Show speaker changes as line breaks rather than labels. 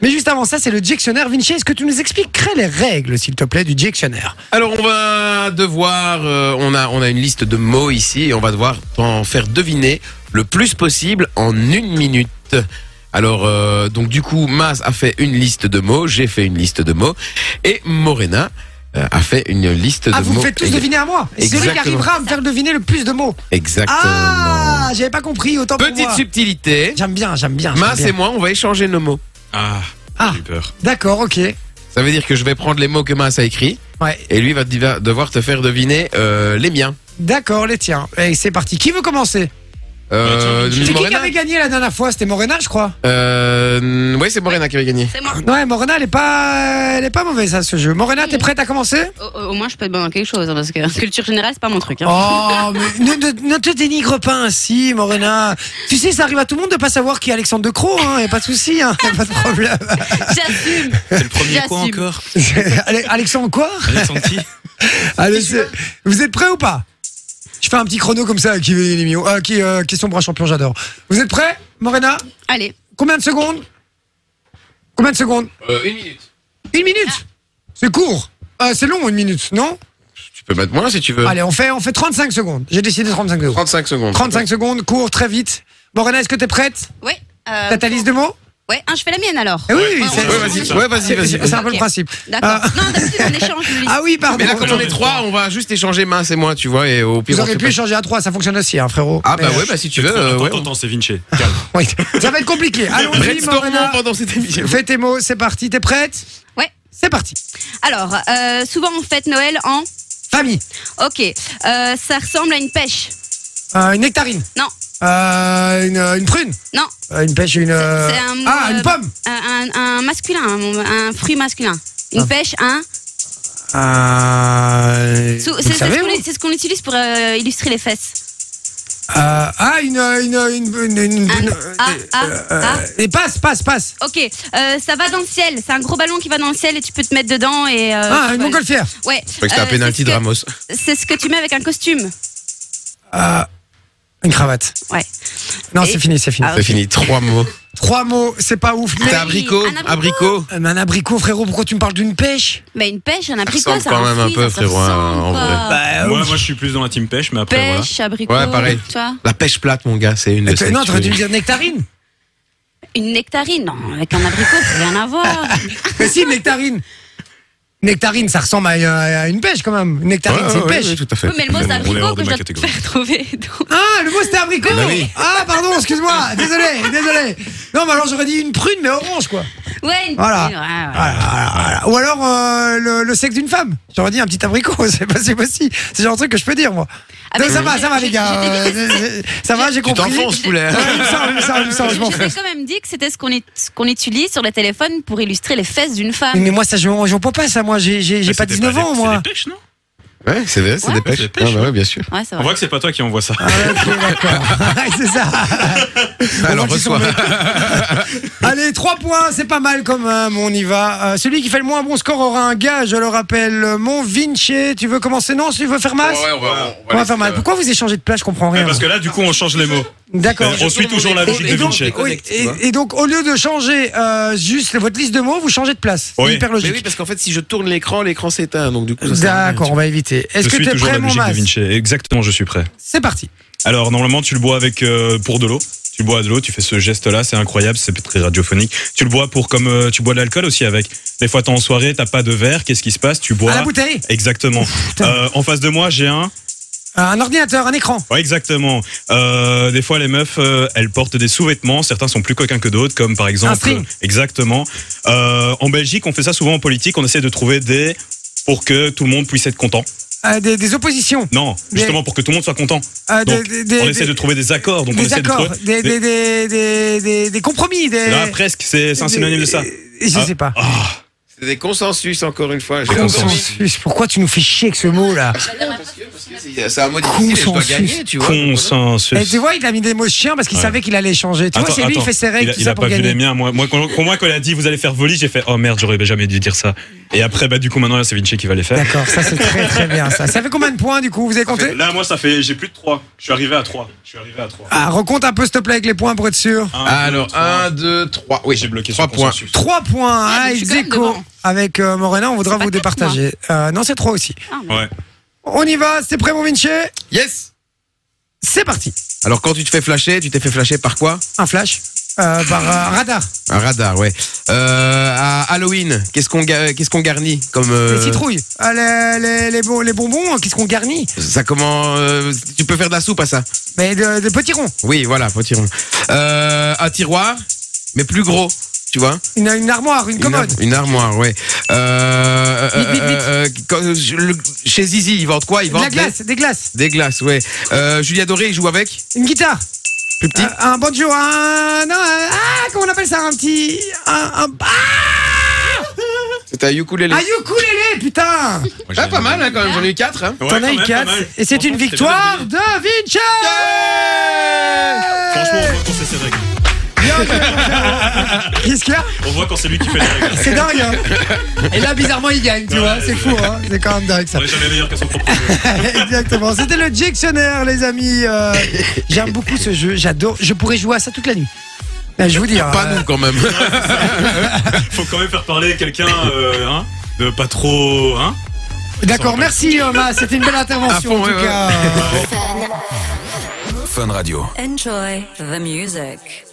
Mais juste avant ça, c'est le dictionnaire. Vinci, est-ce que tu nous expliquerais les règles, s'il te plaît, du dictionnaire
Alors on va devoir, euh, on, a, on a une liste de mots ici et on va devoir en faire deviner le plus possible en une minute. Alors euh, donc du coup, Mas a fait une liste de mots, j'ai fait une liste de mots et Morena euh, a fait une liste
Ah,
de
vous
mots.
me faites tous deviner à moi Et celui qui
Exactement.
arrivera à me faire deviner le plus de mots.
Exactement.
Ah, j'avais pas compris, autant pour
Petite
moi.
subtilité.
J'aime bien, j'aime bien. j'aime
Mas
bien.
et moi, on va échanger nos mots.
Ah,
Ah.
j'ai eu peur.
D'accord, ok.
Ça veut dire que je vais prendre les mots que Mas a écrits
Ouais,
et lui va diva- devoir te faire deviner euh, les miens.
d'accord, les tiens. Et c'est parti. Qui veut commencer
Bah,
Euh,
C'est
C'est qui qui
Morena
avait gagné la dernière fois C'était Morena, je crois.
euh, Ouais, c'est Morena qui avait gagné.
C'est moi.
Ouais, Morena, elle est pas, elle est pas mauvaise à ce jeu. Morena, t'es prête à commencer
Au, au- au moins, je peux être bonne dans quelque chose, hein, parce que culture générale, c'est pas mon truc. hein.
Oh, mais ne, ne- ne te dénigre pas ainsi, Morena. Tu sais, ça arrive à tout le monde de pas savoir qui est Alexandre De Croo, hein. Y a pas de souci, hein. Y a pas de problème.
J'assume.
C'est le premier quoi
J'assume.
encore
Allez, Alexandre quoi
Alexandre qui
Allez, c'est- vous êtes prêts ou pas Je fais un petit chrono comme ça qui veut les millions. Ah, qui euh, question pour un champion, j'adore. Vous êtes prêts, Morena
Allez,
Combien de secondes Combien de secondes
Euh, une minute.
Une minute. C'est court. Euh, c'est long, une minute, non
Tu peux mettre moins si tu veux.
Allez, on fait, on fait 35 secondes. J'ai décidé 35 secondes.
35 Euh. secondes.
35 secondes, court, très vite. Morena, est-ce que t'es prête
ouais. euh,
T'as ta liste de mots
Ouais, hein, je fais la mienne alors.
Eh oui, oui,
Ouais,
c'est-
ouais,
Ouais,
ouais,
vas-y,
ouais.
ouais, vas-y, vas-y.
C'est un peu le
Ok.
principe.
D'accord. Non, d'habitude, on échange de liste.
Ah oui, pardon.
Ah. Mais là, comme on est trois, on va juste échanger main c'est moi, tu vois, et au pire.
Vous
on
auriez
se
pu
passe-
échanger à trois, ça fonctionne aussi, hein, frérot.
Ah
Mais,
bah
euh,
ouais, bah si tu veux. euh,
Attends,
ouais, Ah
attends, attends, c'est Vinci. Calme.
oui. Ça va être compliqué. Allons-y,
Brainstormons
Morena.
pendant cette émission.
Fais tes mots, c'est parti. T'es prête
Ouais.
C'est parti.
Alors, euh, souvent, on fête Noël en.
Famille,
Ok. euh, ça ressemble à une pêche.
euh, une nectarine.
Non.
Euh, une, euh, une prune.
Non.
Euh, une pêche, une. euh,
c'est un-
ah,
euh,
une pomme.
Un, un- un masculin, un, un fruit masculin. Une
Ah.
pêche, un.
Euh,
sou-
vous
C'est c'est
savez,
ce qu'on
vous
u- c'est ce qu'on utilise pour euh, illustrer les fesses.
Euh, ah, une. euh, une, euh, une, une, une- une-
Un-
euh,
ah, ah,
euh,
ah.
Et passe, passe, passe.
Ok. euh, ça va dans le ciel. C'est un gros ballon qui va dans le ciel et tu peux te mettre dedans et. euh,
Ah,
tu
une
vois,
montgolfière.
Ouais.
Je crois que c'était
euh,
un pénalty
c'est
de
ce que-
Ramos.
C'est ce que tu mets avec un costume.
Une cravate.
Ouais.
Non,
Et-
c'est fini, c'est fini.
Ah,
C'est fini, trois mots.
Trois mots, c'est pas ouf. Mais...
C'était abricot,
Un abricot.
abricot.
Euh, mais un abricot, frérot, pourquoi tu me parles d'une pêche
Mais une pêche, un abricot,
ressemble
ça
quand même un
fruit,
peu,
ça se
frérot, hein,
ressemble,
en
quoi.
vrai.
Bah,
Moi,
euh,
moi, je suis plus dans la team pêche, mais après, voilà.
Pêche, abricot.
Ouais, pareil.
Tu vois
La pêche plate, mon gars, c'est une de
t'as-
ces.
Euh, Non, t'aurais dû me dire nectarine.
Une nectarine, non, avec un abricot, ça n'a rien à voir.
Mais si, une nectarine. Nectarine, ça ressemble à, euh, à une pêche quand même. Une nectarine, c'est une pêche.
tout à fait.
Oui, mais le mot, c'est
On est
abricot
hors
que
de
je
ma
dois te
catégorie.
faire trouver. donc.
Ah, le mot c'était abricot
Bah oui.
Ah, pardon, excuse-moi, désolé, désolé. Non, mais alors j'aurais dit une prune, mais orange, quoi.
Ouais, une
Voilà. Ah,
nectarine, ouais, ouais.
Voilà, voilà, voilà. Ou alors euh, le, le sexe d'une femme. J'aurais dit un petit abricot, c'est pas c'est possible. C'est le genre de truc que je peux dire, moi.
Ah,
Non,
mais
ça
je-
va, ça va,
je-
les gars.
je-
euh, euh, ça va, j'ai
Tu
compris.
t'enfonces, poulet.
Ouais, il me semble, il me semble, il me semble, je m'en
Je t'ai
fous.
quand même dit que c'était ce qu'on est- ce qu'on utilise sur les téléphones pour illustrer les fesses d'une femme.
Mais moi, ça, je je vois pas ça, moi. J'ai j'ai- j'ai
Mais
pas
c'était
19 ans,
des-
moi.
C'est des pêches, non
Ouais, c'est vrai, c'est
Ouais,
des
c'est
pêches.
des
Ah
pêches.
bah ouais, bien sûr.
Ouais, c'est
On
vrai.
voit que c'est pas toi qui envoie ça.
Ah, ok, d'accord. c'est ça.
Alors,
On voit qu'ils sont
reçois.
bons. Allez, 3 points, c'est pas mal quand même, on y va. Euh, celui qui fait le moins bon score aura un gage, je le rappelle. Euh, Mon Vinci, tu veux commencer Non, tu veux faire mal
on va, euh,
On va faire mal. Pourquoi vous échangez de place Je comprends
Ouais,
rien.
Parce que là, du coup, on change les mots.
D'accord.
On suit toujours la logique
Et
de
donc,
Vinci.
oui, et- et donc, au lieu de changer euh, juste votre liste de mots, vous changez de place. C'est
Oui.
hyper
Mais oui,
logique.
parce qu'en fait, si je tourne l'écran, l'écran s'éteint, donc du coup, ça sert à rien.
D'accord, on va éviter. Est-ce
Je
que
suis
tu es
toujours
prêt,
la
mon
logique de
mas
Vinci. Exactement, je suis prêt.
C'est parti.
Alors normalement tu le bois avec euh, pour de l'eau. Tu le bois à de l'eau, tu fais ce geste-là, c'est incroyable, c'est très radiophonique. Tu le bois pour comme euh, tu bois de l'alcool aussi avec. Des fois t'es en soirée, t'as pas de verre, qu'est-ce qui se passe Tu bois.
À la bouteille,
Exactement. Euh, en face de moi j'ai un.
un ordinateur, un écran.
Ouais, exactement. Euh, des fois les meufs, euh, elles portent des sous-vêtements. Certains sont plus coquins que d'autres, comme par exemple.
Un string.
Exactement. Euh, en Belgique, on fait ça souvent en politique. On essaie de trouver des pour que tout le monde puisse être content.
Euh, des, des oppositions.
Non,
Des-
justement pour que tout le monde soit content.
Euh, des-
Donc,
des- des-
on essaie de trouver des accords. Donc on
des
essaie de
accords,
trouver
des, des, des, des, des- des compromis. Des,
Là, presque, c'est c'est un synonyme de ça.
des- Je
Ah.
sais pas.
Ah,
C'est des consensus, encore une fois. j'ai compris.
Consensus. Pourquoi tu nous fais chier avec ce mot là
C'est c'est un mot difficile, et je dois
Consensus.
gagner, tu vois.
Et
consensus.
Eh, Tu vois, il a mis des mots chiens parce qu'il
Ouais.
savait qu'il allait changer. Tu vois,
Attends,
c'est lui, il
attends.
fait ses
Il
règles,
a,
tout
il
ça
a
pour
pas vu les
gagner.
miens. Moi, moi, quand, quand moi, quand elle a dit vous allez faire voler, j'ai fait oh merde, j'aurais jamais dû dire ça. Et après, bah, du coup, maintenant, là, c'est Vinci qui va les faire.
D'accord, ça c'est très très bien ça. Ça fait combien de points du coup Vous avez compté
Là, moi, ça fait. J'ai plus de 3. Je suis arrivé à 3. Je suis arrivé à 3.
Ah, recompte un peu s'il te plaît avec les points pour être sûr.
Ah, Alors, 1, 2, 3. Oui,
J'ai bloqué
3
sur
points.
consensus.
3 points
Ah,
à
mais je suis quand même
Execo
devant.
avec euh, Morena, on voudra
C'est
vous
pas quatre,
départager. Euh, non, c'est 3 aussi.
Ah,
Ouais.
On y va, c'est prêt mon Vinci
Yes
C'est parti.
Alors, quand tu te fais flasher, tu t'es fait flasher par quoi
Un flash euh, par euh, radar.
Un radar, ouais. Euh, à Halloween, qu'est-ce qu'on ga- qu'est-ce qu'on garnit comme. euh,
Les citrouilles, Ah, les, les, les bon- les bonbons, hein, qu'est-ce qu'on garnit
Ça comment euh, Tu peux faire de la soupe à ça
Mais de- des petits ronds.
Oui, voilà, potiron. Euh, un tiroir, mais plus gros, tu vois
Une, une armoire, une
Une ar-
commode.
Une, armoire, ouais. Euh, euh,
Vite, vite, vite.
euh, euh, quand- je- le- chez Zizi, ils vendent quoi Ils
de
vendent
la glace, des glaces.
Des, des glaces, ouais. Euh, Julia Doré, il joue avec
Une guitare.
Plus petit
Euh, un banjo. Un. Non, un- ah, comment on appelle ça Un petit. Un. un ah
C'est un ukulélé.
Un ukulélé, putain
Moi, j'ai-
Ah, pas mal, hein, quand même, j'en ai eu 4. Hein.
Ouais,
T'en
quand
as eu
même, pas
4.
mal.
Et c'est
Franchement,
une
c'était
victoire
bien
de Vinci
Franchement, on voit quand c'est Cédric.
Qu'est-ce qu'il y a
On voit quand c'est lui qui fait les règles.
C'est dingue, hein Et là, bizarrement, il gagne, tu vois, c'est fou, hein C'est quand même dingue, ça.
On est jamais meilleur qu'à son propre jeu.
Exactement. C'était le dictionnaire, les amis. Euh, J'aime beaucoup ce jeu. J'adore. Je pourrais jouer à ça toute la nuit. Là, je vous dis. hein,
Pas nous, quand même.
Faut quand même faire parler quelqu'un euh, hein, de pas trop. Hein
euh, D'accord. Merci, euh, Ma. C'était une belle intervention
À fond,
en tout
ouais, ouais.
cas. Euh,
Enjoy the music.